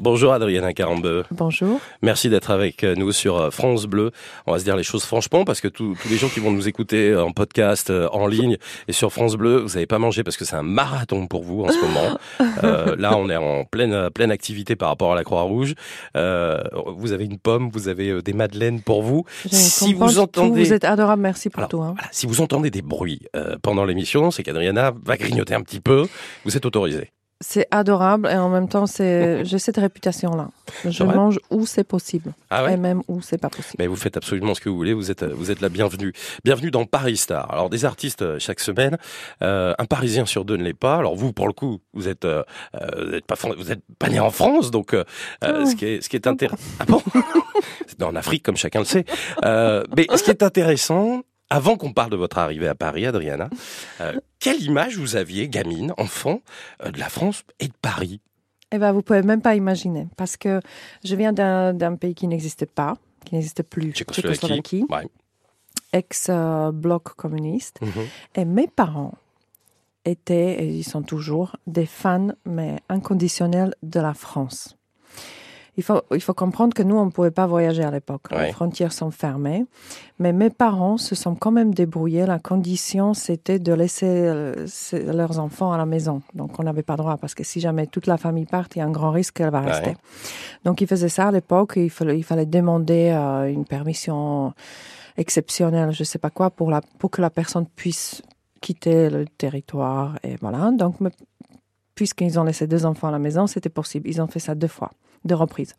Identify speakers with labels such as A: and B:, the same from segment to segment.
A: Bonjour Adriana Carambeu.
B: Bonjour.
A: Merci d'être avec euh, nous sur France Bleu. On va se dire les choses franchement parce que tous, tous les gens qui vont nous écouter euh, en podcast, en ligne et sur France Bleu, vous n'avez pas mangé parce que c'est un marathon pour vous en ce moment. Euh, là, on est en pleine, euh, pleine activité par rapport à la Croix-Rouge. Euh, vous avez une pomme, vous avez euh, des madeleines pour vous.
B: Si vous entendez... Tout, vous êtes adorable, merci pour Alors, tout. Hein.
A: Voilà, si vous entendez des bruits euh, pendant l'émission, c'est qu'Adriana va grignoter un petit peu. Vous êtes autorisé
B: c'est adorable et en même temps, c'est j'ai cette réputation-là. Je mange où c'est possible
A: ah ouais
B: et même où c'est pas possible.
A: Mais vous faites absolument ce que vous voulez. Vous êtes vous êtes la bienvenue. Bienvenue dans Paris Star. Alors des artistes chaque semaine, euh, un Parisien sur deux ne l'est pas. Alors vous, pour le coup, vous êtes euh, vous êtes pas vous êtes pas né en France, donc euh, oh. ce qui est ce qui est intéressant. Ah bon C'est en Afrique, comme chacun le sait. Euh, mais ce qui est intéressant, avant qu'on parle de votre arrivée à Paris, Adriana, euh, quelle image vous aviez, gamine, enfant, euh, de la France et de Paris
B: Eh bien, vous pouvez même pas imaginer, parce que je viens d'un pays qui n'existait pas, qui n'existe plus,
A: Tchécoslovaquie, ouais.
B: ex-bloc communiste. Mm -hmm. Et mes parents étaient, et ils sont toujours, des fans, mais inconditionnels de la France. Il faut, il faut, comprendre que nous, on ne pouvait pas voyager à l'époque. Ouais. Les frontières sont fermées. Mais mes parents se sont quand même débrouillés. La condition, c'était de laisser euh, leurs enfants à la maison. Donc, on n'avait pas droit parce que si jamais toute la famille part, il y a un grand risque qu'elle va ouais. rester. Donc, ils faisaient ça à l'époque. Il, il fallait, demander euh, une permission exceptionnelle, je ne sais pas quoi, pour, la, pour que la personne puisse quitter le territoire. Et voilà. Donc, puisqu'ils ont laissé deux enfants à la maison, c'était possible. Ils ont fait ça deux fois de reprise.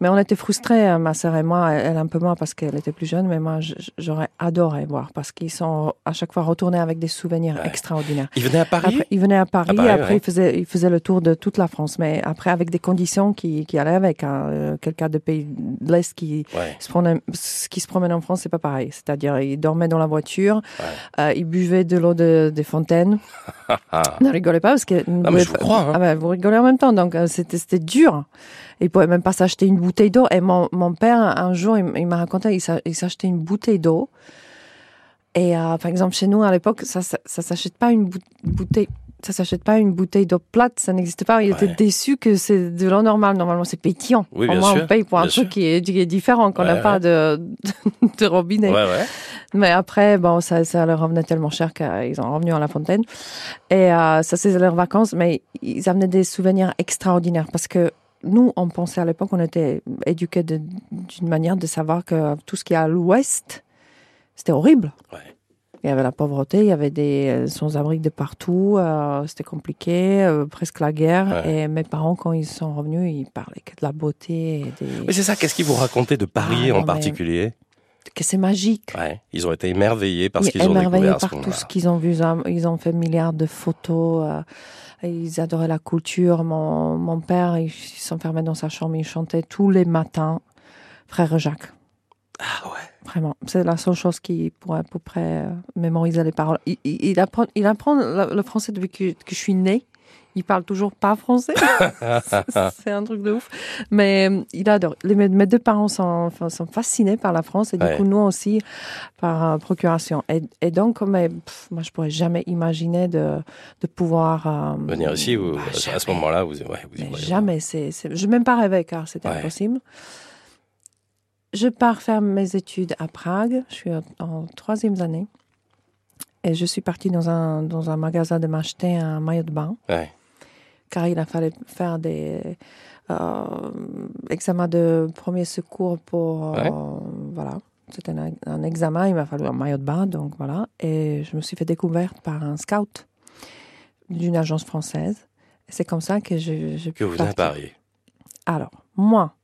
B: Mais on était frustrés, hein, ma sœur et moi, elle un peu moins parce qu'elle était plus jeune, mais moi j'aurais adoré voir parce qu'ils sont à chaque fois retournés avec des souvenirs ouais. extraordinaires.
A: Ils venaient à Paris
B: après, Ils venaient à Paris, à Paris après ouais. ils, faisaient, ils, faisaient, le tour de toute la France, mais après avec des conditions qui, qui allaient avec. Hein. Quelqu'un de pays de l'Est qui, ouais. se promène, qui se promène en France, c'est pas pareil. C'est-à-dire, ils dormaient dans la voiture, euh, ils buvaient de l'eau de, des fontaines. ne rigolez pas parce que.
A: Ah, mais je vous crois. Hein.
B: Ah, ben, vous rigolez en même temps, donc c'était dur. Ils pouvaient même pas s'acheter une bouteille d'eau. Et mon, mon, père, un jour, il, m'a raconté, il s'achetait une bouteille d'eau. Et euh, par exemple, chez nous, à l'époque, ça, ça, ça s'achète pas une bouteille. Ça s'achète pas une bouteille d'eau plate, ça n'existe pas. Il ouais. était déçu que c'est de l'eau normale. Normalement, c'est pétillant.
A: Oui, bien
B: Au moins,
A: sûr,
B: on paye pour un
A: bien
B: truc qui est, qui est, différent, qu'on n'a ouais, pas ouais. De, de, robinet. Mais après, bon, ça, ça leur revenait tellement cher qu'ils ont revenu à la fontaine. Et euh, ça, c'est leurs vacances, mais ils amenaient des souvenirs extraordinaires parce que nous, on pensait à l'époque, on était éduqués d'une manière de savoir que tout ce qui est à l'ouest, c'était horrible.
A: Ouais.
B: Il y avait la pauvreté, il y avait des euh, sans-abri de partout, euh, c'était compliqué, euh, presque la guerre. Ouais. Et mes parents, quand ils sont revenus, ils parlaient que de la beauté. Et des...
A: Mais c'est ça, qu'est-ce qu'ils vous racontaient de Paris ah, en non, particulier
B: que c'est magique.
A: Ouais, ils ont été émerveillés par ce qu'ils ont découvert.
B: par tout ce qu'ils ont vu. Ils ont fait milliards de photos. Euh, et ils adoraient la culture. Mon, mon père, il s'enfermait dans sa chambre. Il chantait tous les matins Frère Jacques.
A: Ah ouais.
B: Vraiment, c'est la seule chose qui pourrait à peu près euh, mémoriser les paroles. Il, il, il, apprend, il apprend le français depuis que, que je suis née il parle toujours pas français. c'est un truc de ouf. Mais euh, il adore. Les, mes deux parents sont, sont, fascinés par la France et du ouais. coup, nous aussi, par euh, procuration. Et, et donc, mais, pff, moi, je pourrais jamais imaginer de, de pouvoir.
A: Euh, Venir ici, ou, bah, à ce moment-là, vous, ouais, vous
B: mais Jamais. C'est, je même pas rêvé car c'était ouais. impossible. Je pars faire mes études à Prague. Je suis en, en troisième année. Et je suis partie dans un, dans un magasin de m'acheter un maillot de bain car il a fallu faire des euh, examens de premier secours pour euh, ouais. voilà c'était un, un, examen il m'a fallu un maillot de bain donc voilà et je me suis fait découverte par un scout d'une agence française c'est comme ça que je, je
A: que vous partir. à Paris
B: alors moi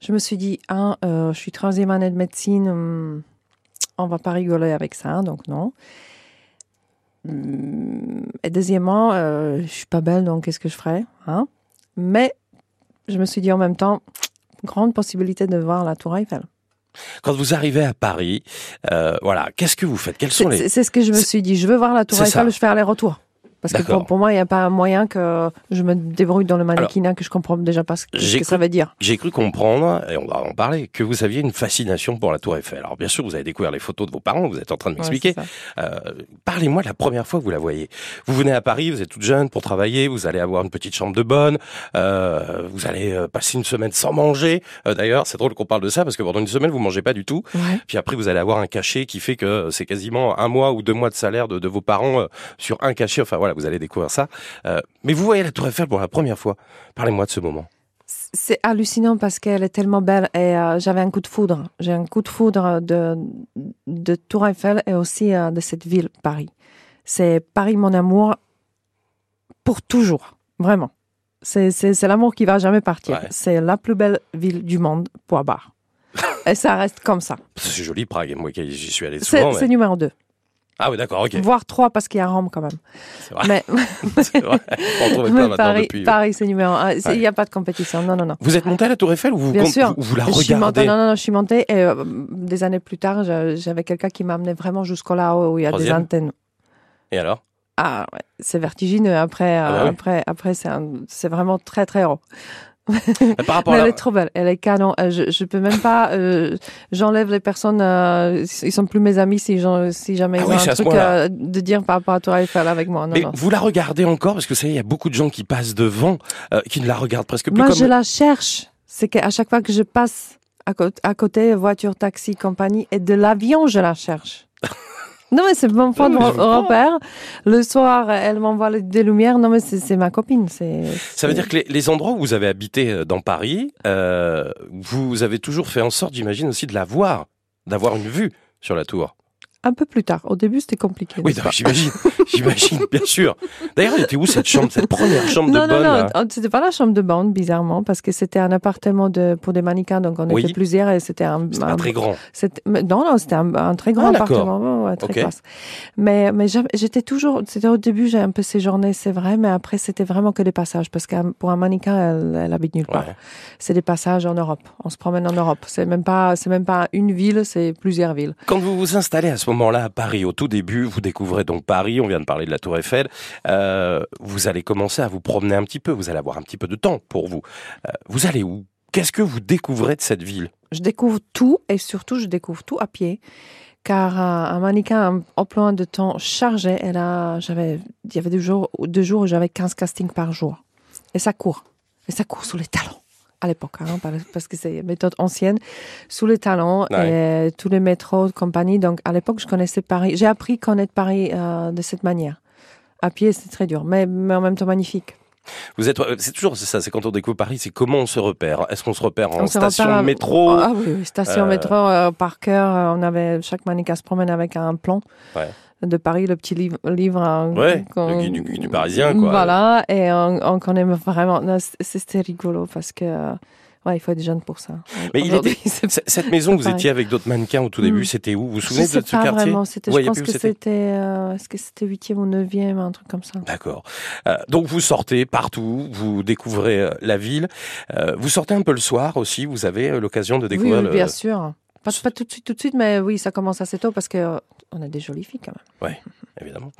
B: je me suis dit hein, euh, je suis troisième année de médecine hum, on va pas rigoler avec ça hein, donc non Hum, et deuxièmement, euh, je suis pas belle, donc qu'est-ce que je ferais hein Mais je me suis dit en même temps, grande possibilité de voir la Tour Eiffel.
A: Quand vous arrivez à Paris, euh, voilà, qu'est-ce que vous faites Quels sont les
B: C'est ce que je me suis dit. Je veux voir la Tour Eiffel. Ça. Je fais aller-retour Parce que pour, pour moi, il n'y a pas un moyen que je me débrouille dans le mannequinat que je comprends déjà pas ce, ce que ça
A: cru-
B: veut dire.
A: J'ai cru comprendre, et on va en parler, que vous aviez une fascination pour la Tour Eiffel. Alors bien sûr, vous avez découvert les photos de vos parents, vous êtes en train de
B: Ouais,
A: m'expliquer.
B: c'est ça.
A: Euh, Parlez-moi de la première fois que vous la voyez. Vous venez à Paris, vous êtes toute jeune pour travailler, vous allez avoir une petite chambre de bonne, euh, vous allez euh, passer une semaine sans manger. Euh, D'ailleurs, c'est drôle qu'on parle de ça parce que pendant une semaine, vous mangez pas du tout.
B: Ouais.
A: Puis après, vous allez avoir un cachet qui fait que euh, c'est quasiment un mois ou deux mois de salaire de, de vos parents euh, sur un cachet. Enfin voilà, vous allez découvrir ça. Euh, mais vous voyez la Tour Eiffel pour la première fois. Parlez-moi de ce moment.
B: C'est hallucinant parce qu'elle est tellement belle et euh, j'avais un coup de foudre. J'ai un coup de foudre de, de Tour Eiffel et aussi euh, de cette ville, Paris. C'est Paris, mon amour, pour toujours, vraiment. C'est, c'est, c'est l'amour qui va jamais partir.
A: Ouais.
B: C'est la plus belle ville du monde, point barre. et ça reste comme ça.
A: C'est joli Prague, moi qui- j'y suis allé
B: C'est,
A: souvent. mais-
B: c'est numéro 2,
A: Ah oui, d'accord, ok.
B: voire 3 parce qu'il y a Rome quand même.
A: C'est vrai.
B: Mais,
A: C'est vrai. On trouve
B: mais
A: pas maintenant
B: Paris,
A: depuis.
B: Paris, c'est numéro 1. Il
A: Ouais.
B: n'y a pas de compétition, non, non, non.
A: Vous êtes monté à la Tour Eiffel ou vous,
B: Bien
A: com-
B: sûr.
A: vous, vous la
B: Je suis montée-
A: regardez
B: non, non, non, je suis montée et euh, des années plus tard, je- j'avais quelqu'un qui m'a amené vraiment jusqu'au là où il y a
A: Troisième.
B: des antennes.
A: Et alors
B: Ah, ouais, c'est vertigineux. Après,
A: Ah
B: euh,
A: bah oui.
B: après, après, c'est un- c'est vraiment très, très haut.
A: Mais Par rapport
B: Mais
A: à
B: elle
A: la...
B: est trop belle. Elle est canon. Euh, Je, je peux même pas. euh, J'enlève les personnes. euh, ils sont plus mes amis si, j'en- si jamais
A: Ah
B: ils
A: oui,
B: ont
A: c'est à
B: un
A: ce
B: truc
A: point-là.
B: euh, de dire par rapport à toi et faire avec moi. Non,
A: Mais
B: non.
A: vous la regardez encore parce que vous savez, il y a beaucoup de gens qui passent devant, euh, qui ne la regardent presque plus
B: Moi,
A: comme.
B: je la cherche. C'est qu'à chaque fois que je passe à, cô- à côté, voiture, taxi, compagnie, et de l'avion, je la cherche. non, mais c'est mon point de
A: mais je
B: re-
A: comprends.
B: repère. Le soir, elle m'envoie les- des lumières. Non, mais c'est c'est ma copine. C'est.
A: Ça veut dire que les, les endroits où vous avez habité euh, dans Paris, euh, vous avez toujours fait en sorte, j'imagine aussi, de la voir, d'avoir une vue sur la tour.
B: Un peu plus tard. Au début, c'était compliqué.
A: Oui,
B: n'est-ce
A: non, j'imagine, j'imagine, bien sûr. D'ailleurs, elle était où cette chambre, cette première chambre
B: non,
A: de
B: non,
A: bonne
B: non,
A: là
B: on- c'était pas la chambre de bande, bizarrement, parce que c'était un appartement de, pour des mannequins, donc on
A: Oui.
B: était plusieurs et c'était un,
A: C'était
B: un-
A: pas très grand.
B: c'était- mais non, non, c'était un, un très grand
A: Ah, d'accord.
B: appartement, ouais, ouais, très
A: Ok.
B: classe. Mais, mais j'av- j'étais toujours, c'était au début, j'ai un peu séjourné, c'est vrai, mais après c'était vraiment que des passages, parce que pour un mannequin, elle, elle habite nulle part.
A: Ouais.
B: C'est des passages en Europe. On se promène en Europe. C'est même pas, c'est même pas une ville, c'est plusieurs villes.
A: Quand vous vous installez à ce moment-là à Paris, au tout début, vous découvrez donc Paris, on vient de parler de la Tour Eiffel, euh, vous allez commencer à vous promener un petit peu, vous allez avoir un petit peu de temps pour vous. Euh, vous allez où Qu'est-ce que vous découvrez de cette ville
B: Je découvre tout et surtout je découvre tout à pied. Car euh, un mannequin en plein de temps chargé, et là, j'avais, il y avait deux jours, deux jours où j'avais 15 castings par jour. Et ça court. Et ça court sous les talons. À l'époque, hein, par- parce que c'est une méthode ancienne, sous les talons et tous les métros, compagnie. Donc à l'époque, je connaissais Paris. J'ai appris à connaître Paris euh, de cette manière. À pied, c'est très dur, mais, mais en même temps magnifique.
A: Vous êtes, euh, c'est toujours ça, c'est quand on découvre Paris, c'est comment on se repère Est-ce qu'on se repère en
B: On se
A: station
B: repère à-
A: de métro
B: Ah oui, oui, station
A: Euh,
B: métro euh, par cœur. euh, On avait chaque mannequin se promène avec un plan
A: Ouais.
B: de Paris, le petit livre. livre euh,
A: Ouais,
B: qu'on-
A: le guide du- du Parisien, quoi.
B: Voilà, et on, on connaît vraiment. non, c- C'était rigolo parce que euh, ouais, il faut être jeune pour ça.
A: Mais il
B: Aujourd'hui, c'est-
A: C- Cette maison, où vous
B: Pareil.
A: étiez avec d'autres mannequins au tout début,
B: Hmm.
A: c'était où Vous vous
B: je
A: souvenez
B: sais
A: de ce
B: pas
A: quartier
B: vraiment. C'était,
A: Ouais, y a
B: je
A: plus
B: pense
A: où
B: que
A: c'était.
B: c'était, euh, est-ce que c'était huitième ou neuvième, un truc comme ça.
A: D'accord. Euh, donc vous sortez partout, vous découvrez euh, la ville, Euh, vous sortez un peu le soir aussi, vous avez euh, l'occasion de découvrir
B: oui, oui,
A: le...
B: bien sûr. Pas, pas tout de suite, tout de suite, mais oui, ça commence assez tôt parce que euh, on a des jolies filles quand même.
A: évidemment.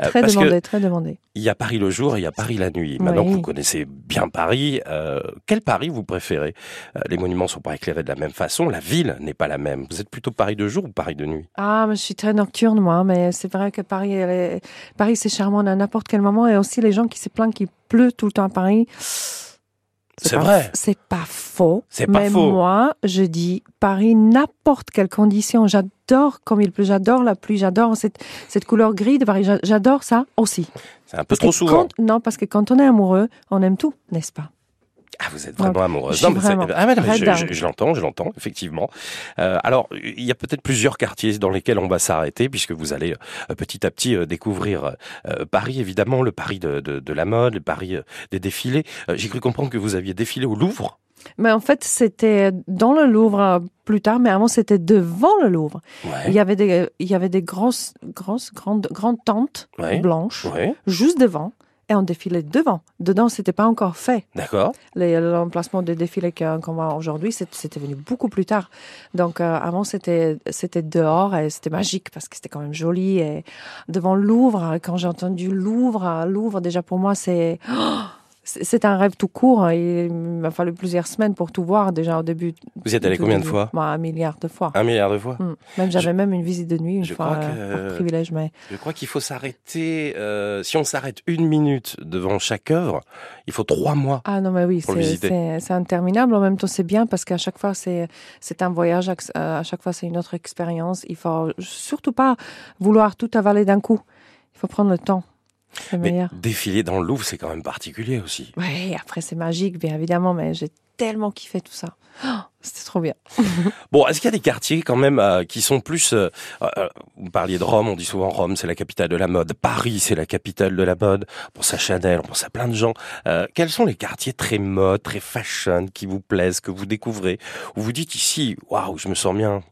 A: Euh,
B: Très
A: parce que
B: demandées, très demandées.
A: il y a Paris le jour et il y a Paris la nuit. Maintenant
B: Oui.
A: que vous connaissez bien Paris, euh, quel Paris vous préférez Euh, Les monuments sont pas éclairés de la même façon, la ville n'est pas la même. Vous êtes plutôt Paris de jour ou Paris de nuit
B: Ah, mais je suis très nocturne, moi, mais c'est vrai que Paris, elle est- Paris c'est charmant à n'importe quel moment. Et aussi, les gens qui se plaignent qu'il pleut tout le temps à Paris.
A: C'est
B: pas-
A: vrai.
B: C'est pas faux.
A: C'est pas
B: mais
A: faux.
B: moi, je dis Paris, n'importe quelle condition. J'adore comme il pleut, j'adore la pluie, j'adore cette, cette couleur gris de Paris, j'a- j'adore ça aussi.
A: C'est un peu
B: Parce
A: trop
B: que
A: souvent.
B: quand- non, parce que quand on est amoureux, on aime tout, n'est-ce pas
A: Ah, vous êtes vraiment amoureuse.
B: je suis
A: mais c'est-
B: vraiment
A: ah, mais non, mais je,
B: radin.
A: je- je l'entends, je l'entends, effectivement. Euh, alors, il y a peut-être plusieurs quartiers dans lesquels on va s'arrêter, puisque vous allez euh, petit à petit euh, découvrir euh, Paris, évidemment, le Paris de, de- de la mode, le Paris euh, des défilés. Euh, J'ai cru comprendre que vous aviez défilé au Louvre.
B: Mais en fait, c'était dans le Louvre euh, plus tard, mais avant, c'était devant le Louvre. Il
A: Ouais.
B: y avait des, il y avait des grosses, grosses, grandes, grandes tentes
A: Ouais.
B: blanches
A: Ouais.
B: juste devant. et on défilait devant. Dedans, c'était pas encore fait.
A: D'accord.
B: Les- L'emplacement des défilés qu'on qu'on voit aujourd'hui, c'est- c'était venu beaucoup plus tard. Donc euh, avant, c'était c'était dehors et c'était magique parce que c'était quand même joli. Et devant Louvre, quand j'ai entendu Louvre, Louvre, déjà pour moi, c'est... oh, c'est c'est un rêve tout court. Il m'a fallu plusieurs semaines pour tout voir déjà au début.
A: Vous y êtes allé
B: Tout
A: combien de
B: début.
A: fois
B: Moi, Un milliard de fois.
A: Un milliard de fois.
B: Hmm. Même j'avais même une visite de nuit une
A: je
B: fois
A: crois que-
B: euh, par privilège, mais
A: Je crois qu'il faut s'arrêter. euh, si on s'arrête une minute devant chaque œuvre, il faut trois mois.
B: ah non mais oui
A: Pour le
B: c'est-
A: visiter.
B: c'est c'est interminable. En même temps c'est bien parce qu'à chaque fois c'est c'est un voyage, à euh, à chaque fois c'est une autre expérience. Il faut surtout pas vouloir tout avaler d'un coup. Il faut prendre le temps. C'est
A: Mais
B: meilleur.
A: défiler dans le Louvre, c'est quand même particulier aussi.
B: Ouais après c'est magique bien évidemment mais j'ai tellement kiffé tout ça. Oh, C'était trop bien.
A: Bon, est-ce qu'il y a des quartiers quand même euh, qui sont plus... euh, euh, vous parliez de Rome, on dit souvent Rome, c'est la capitale de la mode. Paris, c'est la capitale de la mode. On pense à Chanel, on pense à plein de gens. Euh, quels sont les quartiers très mode, très fashion, qui vous plaisent, que vous découvrez Où vous dites ici, waouh, je me sens bien.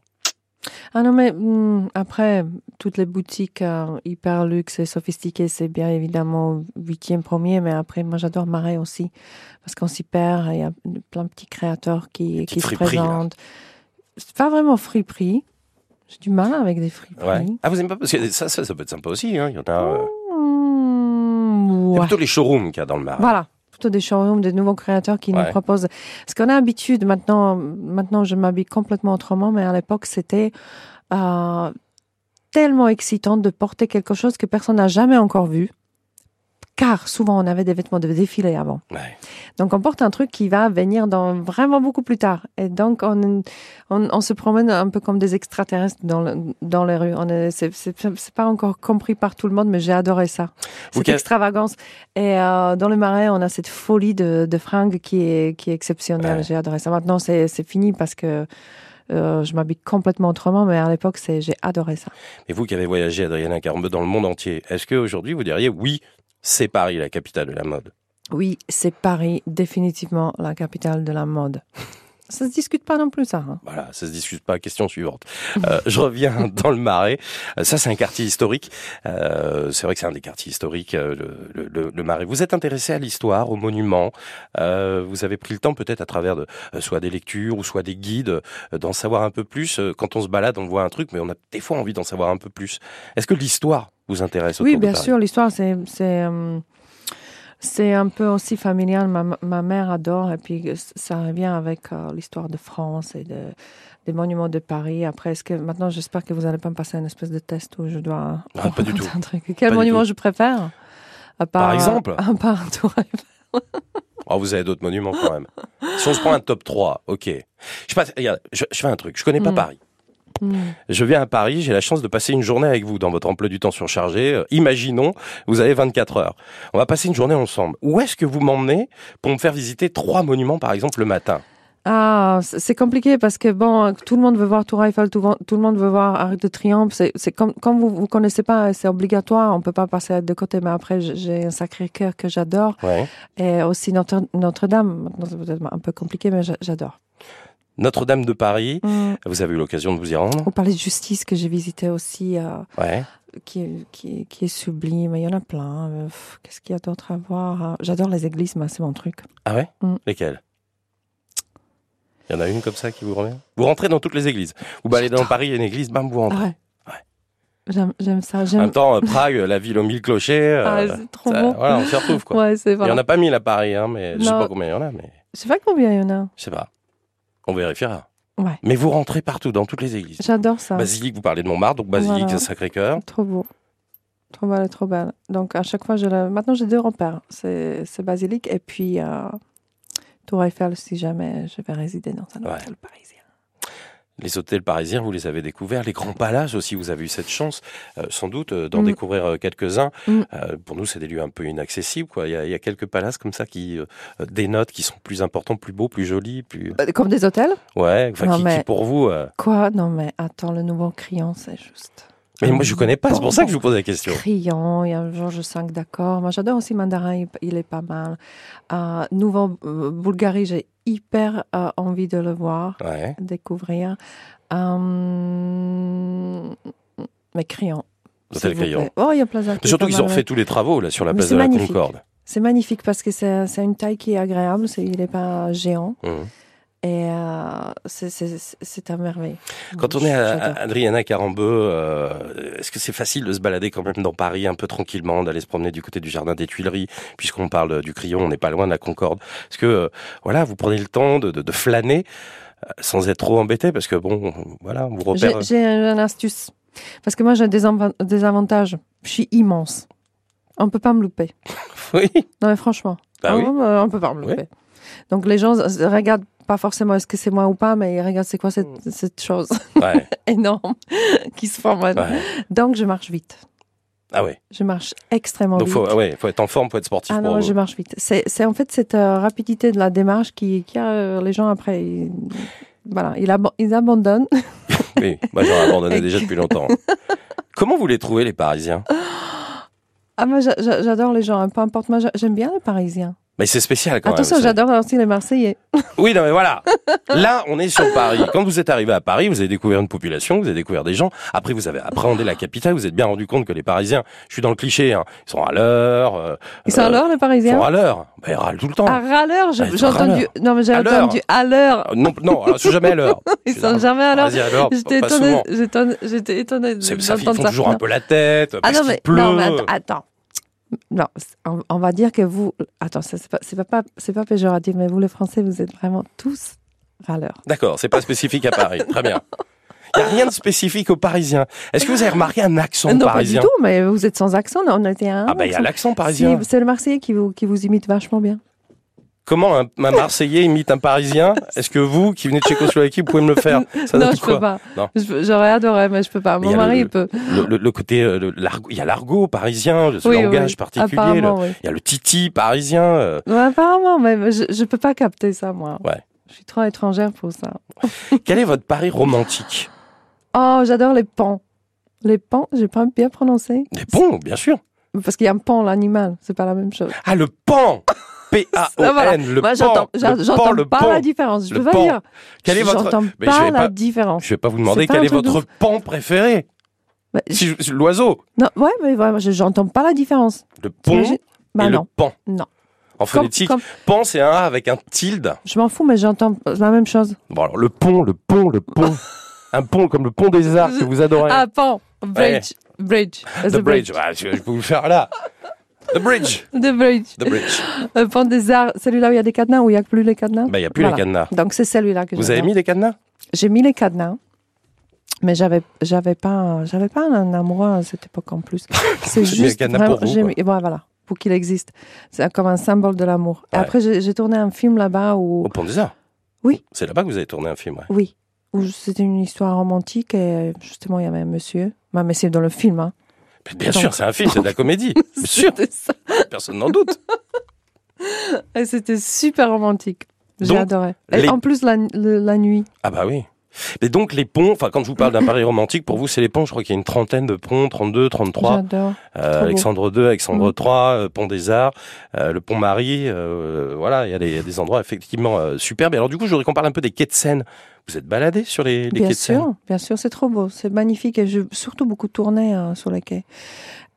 B: Ah non, mais hum, après, toutes les boutiques euh, hyper luxe et sophistiquées, c'est bien évidemment huitième, premier, mais après, moi j'adore Marais aussi, parce qu'on s'y perd, il y a plein de petits créateurs qui, qui
A: petites
B: se
A: friperies, là.
B: présentent. C'est pas vraiment friperie, j'ai du mal avec des friperies.
A: Ouais. Ah, vous aimez pas Parce que ça, ça, ça peut être sympa aussi. hein. Il y en a... euh,
B: Hum,
A: c'est
B: ouais.
A: plutôt les showrooms qu'il y a dans le Marais.
B: Voilà, plutôt des showrooms, des nouveaux créateurs qui
A: Ah. Ouais.
B: nous proposent. Parce qu'on a l'habitude, maintenant, maintenant je m'habille complètement autrement, mais à l'époque c'était euh, tellement excitant de porter quelque chose que personne n'a jamais encore vu. Car souvent on avait des vêtements de défilé avant.
A: Ouais.
B: Donc on porte un truc qui va venir dans vraiment beaucoup plus tard. Et donc on, on, on se promène un peu comme des extraterrestres dans, le- dans les rues. On est- C'est c'est- c'est pas encore compris par tout le monde, mais j'ai adoré ça.
A: Vous
B: Cette
A: ca-
B: extravagance. Et euh, dans le marais, on a cette folie de, de fringues qui est, qui est exceptionnelle.
A: Ouais.
B: J'ai adoré ça. Maintenant, c'est c'est fini parce que euh, je m'habille complètement autrement, mais à l'époque, c'est- j'ai adoré ça.
A: Et vous qui avez voyagé, Adriana Carambeu, dans le monde entier, est-ce qu'aujourd'hui vous diriez oui, c'est Paris, la capitale de la mode
B: Oui, c'est Paris, définitivement la capitale de la mode. Ça se discute pas non plus, ça. hein.
A: Voilà, ça se discute pas. Question suivante. Euh, je reviens dans le Marais. Euh, Ça, c'est un quartier historique. Euh, c'est vrai que c'est un des quartiers historiques, euh, le, le- le- le Marais. Vous êtes intéressé à l'histoire, aux monuments. Euh, vous avez pris le temps, peut-être à travers de, euh, soit des lectures ou soit des guides, euh, d'en savoir un peu plus. Euh, Quand on se balade, on voit un truc, mais on a des fois envie d'en savoir un peu plus. Est-ce que l'histoire vous intéresse
B: Oui,
A: autour de
B: bien
A: Paris
B: sûr, l'histoire, c'est. c'est, euh, C'est un peu aussi familial. Ma, ma mère adore, et puis euh, ça revient avec euh, l'histoire de France et de, des monuments de Paris. Après, est-ce que maintenant, j'espère que vous n'allez pas me passer une espèce de test où je dois.
A: Ah, pas du tout.
B: un truc. Quel
A: Pas du
B: monument
A: tout.
B: je préfère À part- euh,
A: exemple
B: À part un tour.
A: Oh, vous avez d'autres monuments quand même. si on se prend un top 3, ok. Je, passe, regarde, je, je fais un truc, je connais pas
B: Mm.
A: Paris.
B: Hmm.
A: Je viens à Paris, j'ai la chance de passer une journée avec vous dans votre emploi du temps surchargé. Euh, imaginons, vous avez 24 heures. On va passer une journée ensemble. Où est-ce que vous m'emmenez pour me faire visiter trois monuments, par exemple, le matin
B: Ah, c'est c'est compliqué parce que bon, tout le monde veut voir Tour Eiffel, tout, tout le monde veut voir Arc de Triomphe. C'est c'est comme quand vous vous connaissez pas, c'est obligatoire. On peut pas passer de côté. Mais après, j'ai- j'ai un sacré cœur que j'adore
A: Ouais.
B: et aussi Notre- Notre-Dame. Maintenant, c'est peut-être un peu compliqué, mais j'a- j'adore.
A: Notre-Dame de Paris,
B: Mm.
A: vous avez eu l'occasion de vous y rendre
B: On parlait de justice que j'ai visité aussi, euh,
A: Ouais.
B: qui, est- qui, est- qui est sublime. Il y en a plein. Euh, pff, Qu'est-ce qu'il y a d'autre à voir hein J'adore les églises, moi, c'est mon truc.
A: Ah ouais
B: Mm.
A: Lesquels Il y en a une comme ça qui vous revient Vous rentrez dans toutes les églises. Vous baladez dans Paris, il y a une église, bam, vous rentrez.
B: Ah ouais.
A: Ouais.
B: J'aime- J'aime ça.
A: En
B: J'aime.
A: même temps, euh, Prague, la ville aux mille clochers. euh,
B: Ah, c'est trop
A: ça-
B: beau.
A: Voilà, on s'y retrouve quoi.
B: Ouais, c'est
A: Il y
B: voilà.
A: en a pas mille à Paris, hein, mais je sais
B: Non.
A: pas combien il y en a, mais
B: Je sais pas combien il y en a.
A: je sais pas. On vérifiera.
B: Ouais.
A: Mais vous rentrez partout, dans toutes les églises.
B: J'adore ça.
A: Basilique, vous parlez de Montmartre, donc Basilique,
B: Voilà.
A: c'est Sacré-Cœur.
B: Trop beau. Trop belle, trop belle. Donc, à chaque fois, je la... maintenant, j'ai deux repères. C'est c'est Basilique et puis euh, Tour Eiffel, si jamais je vais résider dans un
A: Ouais.
B: hôtel parisien.
A: Les hôtels parisiens, vous les avez découverts. Les grands palaces aussi, vous avez eu cette chance, euh, sans doute, euh, d'en
B: Mm.
A: découvrir euh, quelques-uns.
B: Mm.
A: Euh, pour nous, c'est des lieux un peu inaccessibles. Quoi. Il, y a, il y a quelques palaces comme ça qui euh, dénotent, qui sont plus importants, plus beaux, plus jolis, plus...
B: Euh, Comme des hôtels
A: Ouais, enfin,
B: Non,
A: qui,
B: mais-
A: qui pour vous... euh,
B: Quoi Non, mais attends, le nouveau criant, c'est juste.
A: Mais
B: Mm.
A: moi, je connais pas, c'est pour ça que je vous pose la question.
B: Criant, il y a Georges V, d'accord. Moi, j'adore aussi Mandarin, il, il est pas mal. Euh, nouveau euh, Bulgarie, j'ai hyper euh, envie de le voir.
A: Ouais.
B: découvrir. Euh, Mais criant,
A: l'hôtel
B: s'il vous
A: Crillon.
B: plaît. Oh, il y a Plaza qui est
A: Surtout
B: pas
A: qu'ils ont
B: mal,
A: refait tous les travaux là sur la
B: Mais
A: place
B: c'est
A: de la
B: magnifique.
A: Concorde.
B: C'est magnifique parce que c'est c'est une taille qui est agréable, c'est- il n'est pas géant
A: Mhm.
B: et euh, c'est- c'est c'est à merveille.
A: Quand on est à,
B: J'adore.
A: à Adriana Carambeu, euh, est-ce que c'est facile de se balader quand même dans Paris un peu tranquillement, d'aller se promener du côté du jardin des Tuileries, puisqu'on parle euh, du Crillon, on n'est pas loin de la Concorde. Est-ce que euh, voilà, vous prenez le temps de, de- de flâner euh, sans être trop embêté, parce que bon, voilà, on vous repère.
B: J'ai- J'ai un- une astuce. Parce que moi, j'ai des, enva- des avantages. Je suis immense. On ne peut pas me louper.
A: euh, Oui,
B: Non, mais franchement,
A: bah oui.
B: on ne peut pas me
A: Oui.
B: louper. Donc, les gens s- regardent pas forcément est-ce que c'est moi ou pas, mais ils regardent c'est quoi cette,
A: Hmm.
B: cette chose
A: Ouais,
B: énorme qui se forme.
A: ouais.
B: Donc, je marche vite.
A: Ah ouais.
B: Je marche extrêmement
A: Donc
B: vite.
A: faut, ah ouais, faut être en forme, faut être sportif
B: Ah
A: pour.
B: non, je marche vite. C'est c'est en fait cette euh, rapidité de la démarche qui, qui a euh, les gens après. Ils, voilà, ils, abo- ils abandonnent.
A: Oui, moi j'aurais abandonné
B: Et
A: déjà depuis longtemps. Comment vous les trouvez les Parisiens
B: Ah, moi, j'a- j'a- j'adore les gens, hein, peu importe. Moi, j'a- j'aime bien les Parisiens.
A: Mais c'est spécial quand
B: Attention,
A: même. c'est-
B: j'adore aussi les Marseillais.
A: Oui, non, mais voilà. Là, on est sur Paris. Quand vous êtes arrivé à Paris, vous avez découvert une population, vous avez découvert des gens. Après, vous avez appréhendé la capitale. Vous êtes bien rendu compte que les Parisiens, je suis dans le cliché, hein, ils sont à l'heure. euh,
B: Ils sont
A: euh,
B: à l'heure,
A: Ils
B: les
A: sont
B: Parisiens
A: à l'heure. Bah, ils râlent tout le temps.
B: À râleur,
A: Ah, ils
B: je-
A: sont
B: j'ai
A: à
B: entendu. Non, mais j'ai
A: À l'heure.
B: entendu à l'heure.
A: Euh, Non, non, alors, ils sont jamais à l'heure.
B: Ils
A: Je
B: sont
A: suis
B: jamais à l'heure.
A: Parisiens à l'heure,
B: J'étais
A: pas
B: étonnée.
A: souvent.
B: j'étonne- J'étais étonnée
A: C'est- Ça, ils
B: d'entendre
A: font
B: ça.
A: toujours
B: Non.
A: un peu la tête.
B: Ah
A: parce
B: non,
A: qu'il
B: mais,
A: pleut.
B: non, mais attends, attends. Non, c'est- on, on va dire que vous. Attends, ça, c'est pas, c'est pas, pas- c'est pas péjoratif, mais vous, les Français, vous êtes vraiment tous râleurs.
A: D'accord, c'est pas spécifique à Paris. Très bien. Il n'y a rien de spécifique aux Parisiens. Est-ce que vous avez remarqué un accent
B: non,
A: parisien
B: pas du tout, mais vous êtes sans accent. non, On était à un.
A: Ah bah il y a
B: accent.
A: l'accent parisien.
B: Si, c'est le Marseillais qui vous, qui vous imite vachement bien.
A: Comment un, un Marseillais imite un Parisien Est-ce que vous, qui venez de Tchécoslovaquie, vous pouvez me le faire Ça
B: non,
A: donne
B: je
A: quoi
B: peux pas.
A: Non.
B: Je peux- J'aurais adoré, mais je peux pas.
A: Mais il y
B: Mon
A: a le-
B: mari, il peut.
A: le, le- le côté, euh, le- l'argot- il y a l'argot parisien, ce
B: Oui, oui,
A: langage
B: oui.
A: particulier. le-
B: Apparemment, oui.
A: il y a le titi parisien. euh.
B: Ouais, apparemment, mais je, je peux pas capter ça, moi.
A: Ouais.
B: Je suis trop étrangère pour ça.
A: Quel est votre Paris romantique
B: Oh, j'adore les pans. Les pans, j'ai pas bien prononcé.
A: Les ponts, bien sûr.
B: Parce qu'il y a un pan, l'animal, c'est pas la même chose.
A: Ah, le pan P-A-O-N,
B: Ah, voilà.
A: le
B: Moi,
A: pan,
B: j'entends
A: le
B: j'a-
A: pan,
B: j'entends
A: le
B: pas
A: pan.
B: la différence. Je
A: Le
B: peux pas
A: pan.
B: dire.
A: Quel est votre...
B: J'entends
A: Mais je
B: pas
A: vais
B: la
A: pas-
B: différence.
A: Je vais pas vous demander
B: C'est pas
A: quel
B: un
A: est
B: truc de
A: votre pan préféré.
B: Bah, je-
A: Si je- c'est l'oiseau,
B: Non, ouais, mais vraiment, je- j'entends pas la différence.
A: le pont
B: T'imagines-
A: et
B: Bah
A: le
B: non.
A: pan.
B: Non.
A: En
B: Comme-
A: phonétique,
B: comme-
A: pan c'est un A avec un tilde.
B: je m'en fous, mais j'entends la même chose.
A: Bon alors, le pont, le pont, le pont. un pont comme le pont des arts que vous adorez.
B: Ah, pan, bridge, bridge.
A: the bridge, Bah, je, je peux vous le faire là. The bridge,
B: The bridge.
A: the bridge.
B: Le pan des arts, celui-là où il y a des cadenas, où il y a plus les cadenas.
A: Bah, il n'y a plus
B: Voilà.
A: les cadenas.
B: Donc c'est celui-là que
A: Vous
B: j'adore.
A: avez mis des cadenas
B: J'ai mis les cadenas, mais j'avais j'avais pas j'avais pas un amoureux à cette époque en plus. C'est
A: J'ai mis les cadenas pour vous,
B: j'ai
A: quoi.
B: mis- ouais, voilà pour qu'il existe. C'est comme un symbole de l'amour. Et
A: Ouais.
B: Après j'ai j'ai tourné un film là-bas où
A: Au Pont des Arts
B: Oui.
A: C'est là-bas que vous avez tourné un film, ouais.
B: oui où c'était une histoire romantique et justement il y avait un monsieur. Bah, mais c'est dans le film. Hein.
A: Mais Bien
B: Attends.
A: sûr, c'est un film, c'est de la comédie. Bien sûr,
B: C'était ça.
A: personne n'en doute.
B: Et c'était super romantique. J'ai
A: Donc,
B: adoré. Et
A: les-
B: en plus la, le- la nuit.
A: Ah bah oui. Mais donc les ponts, enfin quand je vous parle d'un Paris romantique, pour vous c'est les ponts, je crois qu'il y a une trentaine de ponts, 32, 33,
B: J'adore.
A: euh,
B: beau.
A: Alexandre II, Alexandre
B: Mhm.
A: III, euh, Pont des Arts, euh, le Pont Marie, euh, voilà, il y a des, des endroits effectivement euh, superbes. Et alors du coup, je voudrais qu'on parle un peu des quais de Seine. Vous êtes baladé sur les, les quais
B: Bien
A: de Seine
B: sûr, bien sûr, c'est trop beau, c'est magnifique et j'ai surtout beaucoup tourné euh, sur les quais.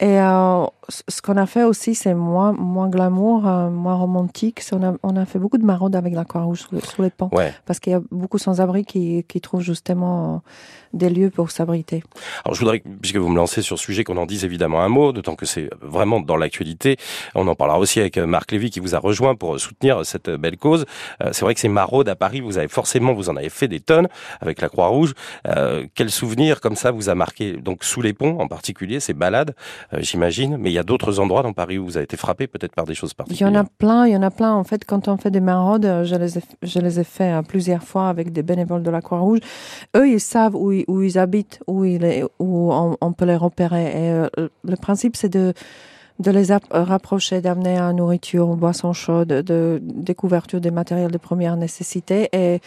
B: Et euh, c- ce qu'on a fait aussi, c'est moins, moins glamour, euh, moins romantique. C'est- On a, on a fait beaucoup de maraudes avec la Croix-Rouge sur, le- sur les ponts
A: Ouais.
B: parce qu'il y a beaucoup de sans-abri qui, qui trouvent justement euh, des lieux pour s'abriter.
A: Alors je voudrais, que- puisque vous me lancez sur ce sujet, qu'on en dise évidemment un mot, d'autant que c'est vraiment dans l'actualité. On en parlera aussi avec euh, Marc Lévy qui vous a rejoint pour soutenir cette euh, belle cause. Euh, C'est vrai que ces maraudes à Paris, vous avez forcément, vous en avez fait des tonnes avec la Croix-Rouge. Euh, quel souvenir comme ça vous a marqué Donc sous les ponts en particulier, ces balades, euh, j'imagine. Mais il y a d'autres endroits dans Paris où vous avez été frappé peut-être par des choses
B: Il y en
A: particulières.
B: a plein, il y en a plein. En fait, quand on fait des maraudes, euh, je les ai, je les ai fait euh, plusieurs fois avec des bénévoles de la Croix-Rouge. Eux, ils savent où, ils- où ils habitent, où, ils les- où on, on peut les repérer. Et euh, le principe, c'est de, de les app- euh, rapprocher, d'amener à nourriture, aux boissons chaudes, de, des couvertures, des matériels de première nécessité et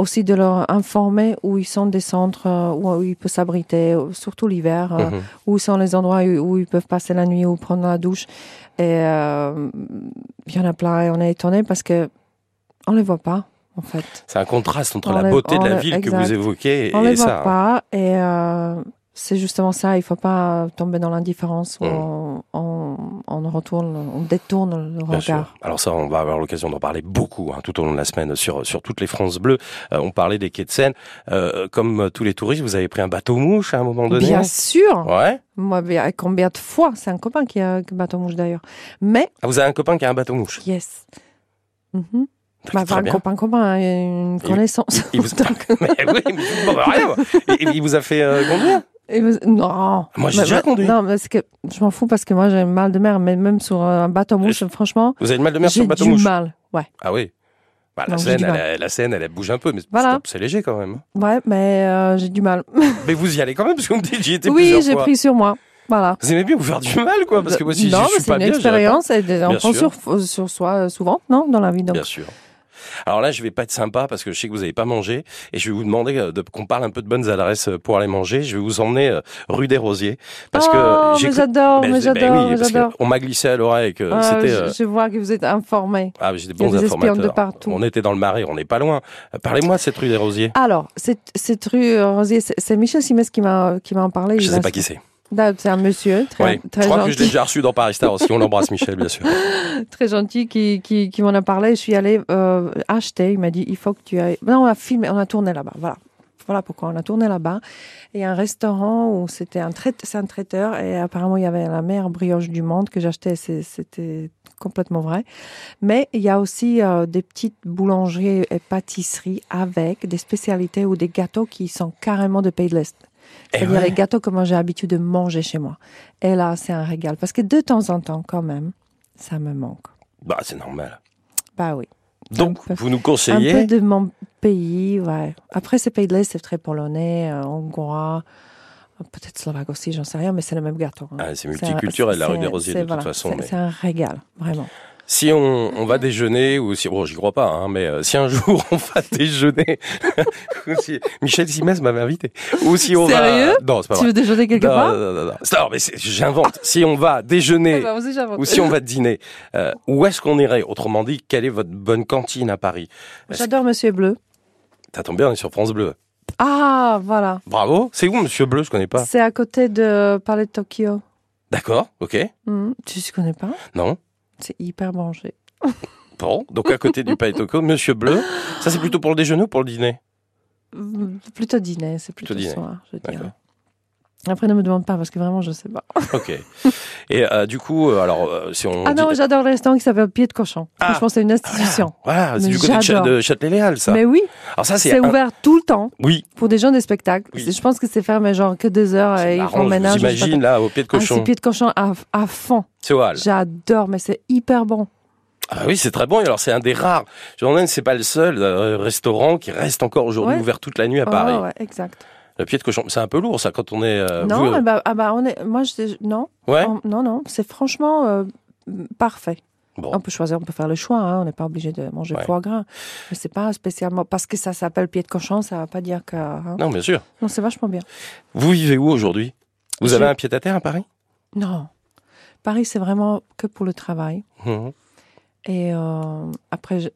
B: aussi de leur informer où ils sont des centres, euh, où, où ils peuvent s'abriter, surtout l'hiver. euh,
A: Mhm.
B: où sont les endroits où, où ils peuvent passer la nuit ou prendre la douche. Et euh, il y en a plein et on est étonné parce que on les voit pas en fait.
A: C'est un contraste entre
B: On
A: la
B: les-
A: beauté de
B: on
A: la
B: les-
A: ville que
B: exact.
A: vous évoquez et,
B: on les
A: et
B: voit
A: ça. hein.
B: pas et euh, c'est justement ça, il ne faut pas tomber dans
A: Mm.
B: l'indifférence où mmh. on, on, on, retourne, on détourne le Bien regard. Sûr.
A: Alors ça, on va avoir l'occasion d'en parler beaucoup hein, tout au long de la semaine sur, sur toutes les France Bleues. Euh, on parlait des quais de Seine. Euh, comme tous les touristes, vous avez pris un bateau-mouche à un moment donné
B: Bien sûr
A: Ouais
B: moi, combien de fois C'est un copain qui a un bateau-mouche d'ailleurs. Mais...
A: Ah, vous avez un copain qui a un bateau-mouche
B: Yes. Mmh. Bah, pas un copain euh, copain, une connaissance.
A: Il, il vous... Donc... mais oui, mais vous rien. Il, il, vous a fait euh, conduire
B: vous... Non.
A: Moi, j'ai déjà conduit.
B: Non, parce que je m'en fous parce que moi, j'ai mal de mer, mais même sur un bateau mouche, franchement.
A: Vous avez le mal de mer sur un bateau
B: mouche J'ai du mal, ouais.
A: Ah oui. Bah, la, non, scène, elle, elle, la scène, elle, elle bouge un peu, mais voilà. c'est léger quand même. hein.
B: Ouais, mais euh, j'ai du mal.
A: mais vous y allez quand même, parce que vous me dites, j'y étais
B: oui,
A: plusieurs
B: fois. Oui, j'ai pris sur moi. Voilà. Euh,
A: Vous aimez bien vous faire du mal, quoi, parce que moi, si non,
B: je suis
A: pas
B: une
A: bien,
B: expérience,
A: pas...
B: on prend sur, euh, sur soi souvent, non, dans la vie. Donc.
A: Bien sûr. Alors là, je vais pas être sympa parce que je sais que vous n'avez pas mangé et je vais vous demander euh, de, qu'on parle un peu de bonnes adresses euh, pour aller manger. Je vais vous emmener euh, rue des Rosiers parce
B: oh, que
A: Ben,
B: j'adore, mais j'adore, j'adore.
A: On m'a glissé à l'oreille que
B: euh,
A: c'était.
B: Je, je, vois que vous êtes informé.
A: Ah, j'ai des bons
B: des
A: informateurs.
B: De partout.
A: On était dans le Marais, on n'est pas loin. Euh, Parlez-moi cette rue des Rosiers.
B: Alors, cette, cette rue Rosiers, c'est Michel Simès qui m'a qui m'a en parlé.
A: Je sais pas qui c'est.
B: C'est un monsieur très, oui. très
A: je crois
B: gentil.
A: que je l'ai déjà reçu dans Paris Star aussi. On l'embrasse, Michel, bien sûr.
B: très gentil, qui, qui, qui m'en a parlé. Je suis allée euh, acheter. Il m'a dit il faut que tu ailles. Non, on a filmé, on a tourné là-bas. Voilà. Voilà pourquoi on a tourné là-bas. Et un restaurant où c'était un, traite, un traiteur. Et apparemment, il y avait la meilleure brioche du monde que j'achetais. C'était complètement vrai. Mais il y a aussi euh, des petites boulangeries et pâtisseries avec des spécialités ou des gâteaux qui sont carrément de pays de l'Est.
A: Eh
B: C'est-à-dire ouais. les gâteaux que moi j'ai l'habitude de manger chez moi. Et là, c'est un régal. Parce que de temps en temps, quand même, ça me manque.
A: Bah, c'est normal.
B: Bah oui.
A: Donc, peu, vous nous conseillez.
B: Un peu de mon pays, ouais. Après, ces pays de l'Est, c'est très polonais, euh, hongrois. euh, Peut-être slovaque aussi, j'en sais rien, mais c'est le même gâteau. Hein.
A: Ah, c'est multiculturel, la rue des Rosiers, de
B: voilà,
A: toute façon.
B: C'est mais... un régal, vraiment
A: si on, on, va déjeuner ou si bon j'y crois pas hein, mais euh, si un jour on va déjeuner si, Michel Simès m'avait invité ou si on
B: Sérieux
A: va non c'est pas
B: tu veux
A: vrai. Bah, euh,
B: déjeuner quelque
A: non,
B: part
A: non, non, non, non mais j'invente si on va déjeuner
B: ah bah
A: ou si on va dîner euh, où est-ce qu'on irait autrement dit quelle est votre bonne cantine à Paris
B: j'adore Monsieur Bleu
A: t'as tombé on est sur France Bleu
B: ah voilà
A: bravo c'est où Monsieur Bleu je connais pas
B: c'est à côté de Palais de Tokyo
A: d'accord ok
B: mmh, tu ne connais pas
A: non
B: c'est hyper branché.
A: Bon, donc à côté du paétoco, Monsieur Bleu, ça c'est plutôt pour le déjeuner ou pour le dîner
B: Plutôt dîner, c'est plutôt, plutôt dîner. soir, je dirais. Après, ne me demande pas parce que vraiment, je sais pas.
A: ok. Et euh, du coup, euh, alors, euh, si on.
B: Ah
A: dit... Ah,
B: non, j'adore le restaurant qui s'appelle Pied de Cochon. Ah, Franchement, c'est une institution.
A: Voilà, voilà c'est du côté de, Ch de Châtelet-Léal, ça.
B: Mais oui.
A: Alors, ça,
B: c'est. Un... ouvert tout le temps.
A: Oui.
B: Pour des gens des spectacles. Oui. Je pense que c'est fermé genre que deux heures et ils font ménage.
A: J'imagine, là, au Pied de Cochon.
B: Ah, c'est Pied de Cochon à, à fond.
A: C'est
B: J'adore, mais c'est hyper bon.
A: Ah oui, c'est très bon. Alors c'est un des rares. J'en ai, c'est pas le seul euh, restaurant qui reste encore aujourd'hui
B: ouais.
A: ouvert toute la nuit à Paris.
B: Oh, ouais, exact.
A: Le pied de cochon, c'est un peu lourd ça quand on est. Euh,
B: non,
A: vous...
B: ah bah, ah bah, on est. Moi, je, non.
A: Ouais.
B: On, non, non, c'est franchement euh, parfait. Bon. On peut choisir, on peut faire le choix. Hein, on n'est pas obligé de manger ouais. foie gras. Mais c'est pas spécialement parce que ça s'appelle pied de cochon, ça va pas dire que. Hein.
A: Non, bien sûr.
B: Non, c'est vachement bien.
A: Vous vivez où aujourd'hui Vous je... avez un pied à terre à Paris
B: Non. Paris, c'est vraiment que pour le travail. Mmh. Et euh, après, je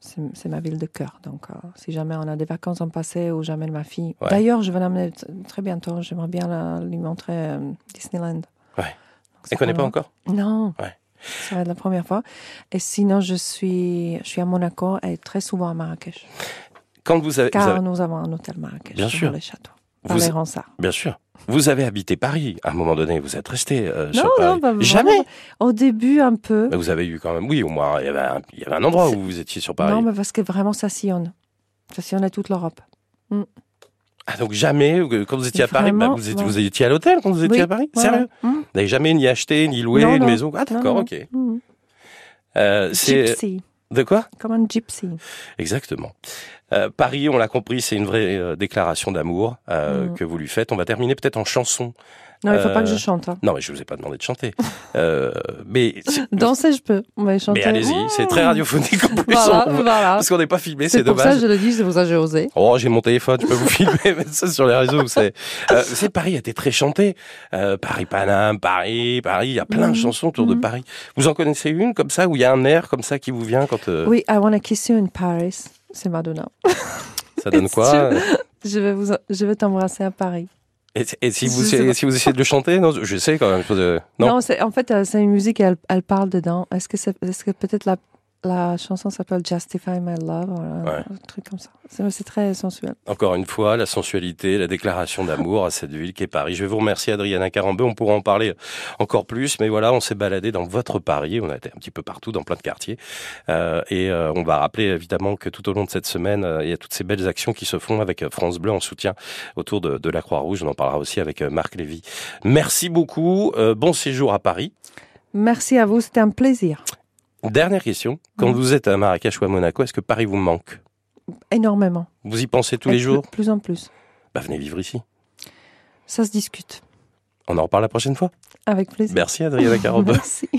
B: c'est ma ville de cœur. Donc, euh, si jamais on a des vacances en passé ou j'amène ma fille. Ouais. D'ailleurs, je vais l'amener très bientôt. J'aimerais bien la, lui montrer euh, Disneyland.
A: Ouais. Donc, Elle connaît pas encore
B: Non.
A: Ouais.
B: Ça va être la première fois. Et sinon, je suis, je suis à Monaco et très souvent à Marrakech.
A: Quand vous avez,
B: Car
A: vous avez...
B: nous avons un hôtel Marrakech
A: bien
B: sur
A: sûr.
B: les châteaux. Vous... Les
A: bien sûr. Vous avez habité Paris à un moment donné, vous êtes resté euh,
B: non,
A: sur Paris.
B: Non, bah,
A: Jamais.
B: Au début, un peu.
A: Mais vous avez eu quand même, oui, au moins, il y avait un, il y avait un endroit où vous étiez sur Paris.
B: Non, mais parce que vraiment, ça sillonne. Ça sillonne à toute l'Europe. Mm.
A: Ah, donc jamais, quand vous étiez à Paris, bah, vous, étiez, ouais. vous, étiez, à l'hôtel quand vous étiez oui, à Paris
B: voilà.
A: Sérieux mm. Vous n'avez jamais ni acheté, ni loué
B: non,
A: une maison Ah, d'accord, ok. Mm. Euh, c'est... De quoi
B: Comme un gypsy.
A: Exactement. Euh, Paris, on l'a compris, c'est une vraie euh, déclaration d'amour euh,
B: Mm.
A: mmh. que vous lui faites. On va terminer peut-être en chanson.
B: Non, il ne faut
A: Euh,
B: pas que je chante. Hein.
A: Non, mais je ne vous ai pas demandé de chanter. Euh, mais
B: Danser, je peux. Mais, chanter...
A: mais allez-y, mmh. c'est très radiophonique en plus.
B: Voilà,
A: on...
B: voilà.
A: Parce qu'on n'est pas filmé, c'est dommage.
B: C'est pour ça que je le dis, c'est pour ça que j'ai osé.
A: Oh, j'ai mon téléphone, je peux vous filmer, mettre ça sur les réseaux. C'est c'est Paris a été très chanté. Euh, Paris Paname, Paris, Paris, il y a plein
B: Mhm.
A: de chansons autour mmh. de Paris. Vous en connaissez une comme ça, où il y a un air comme ça qui vous vient quand... euh,
B: Oui, I Wanna Kiss You in Paris c'est Madonna.
A: Ça donne quoi
B: Je vais vous, je vais t'embrasser à Paris.
A: Et, et si, vous, et si vous essayez de le chanter, non, je sais quand même. euh, Non,
B: Non, c'est- en fait, euh, c'est une musique, elle, elle parle dedans. Est-ce que, c'est- est-ce que peut-être la, la chanson s'appelle Justify My Love ou un,
A: Ouais.
B: un truc comme ça. C'est, c'est très sensuel.
A: encore une fois, la sensualité, la déclaration d'amour à cette ville qui est Paris. Je vais vous remercier, Adriana Carambeu. On pourra en parler encore plus, mais voilà, on s'est baladé dans votre Paris. On a été un petit peu partout, dans plein de quartiers. Euh, et euh, on va rappeler évidemment que tout au long de cette semaine, euh, il y a toutes ces belles actions qui se font avec euh, France Bleu en soutien autour de, de la Croix-Rouge. On en parlera aussi avec euh, Marc Lévy. Merci beaucoup. Euh, bon séjour à Paris.
B: Merci à vous, c'était un plaisir.
A: Dernière question. Quand
B: Mhm.
A: vous êtes à Marrakech ou à Monaco, est-ce que Paris vous manque
B: Énormément.
A: Vous y pensez tous
B: Et
A: les
B: de
A: jours
B: plus en plus.
A: Bah, venez vivre ici.
B: Ça se discute.
A: On en reparle la prochaine fois.
B: Avec plaisir.
A: Merci Adriana Carambeu.
B: Merci.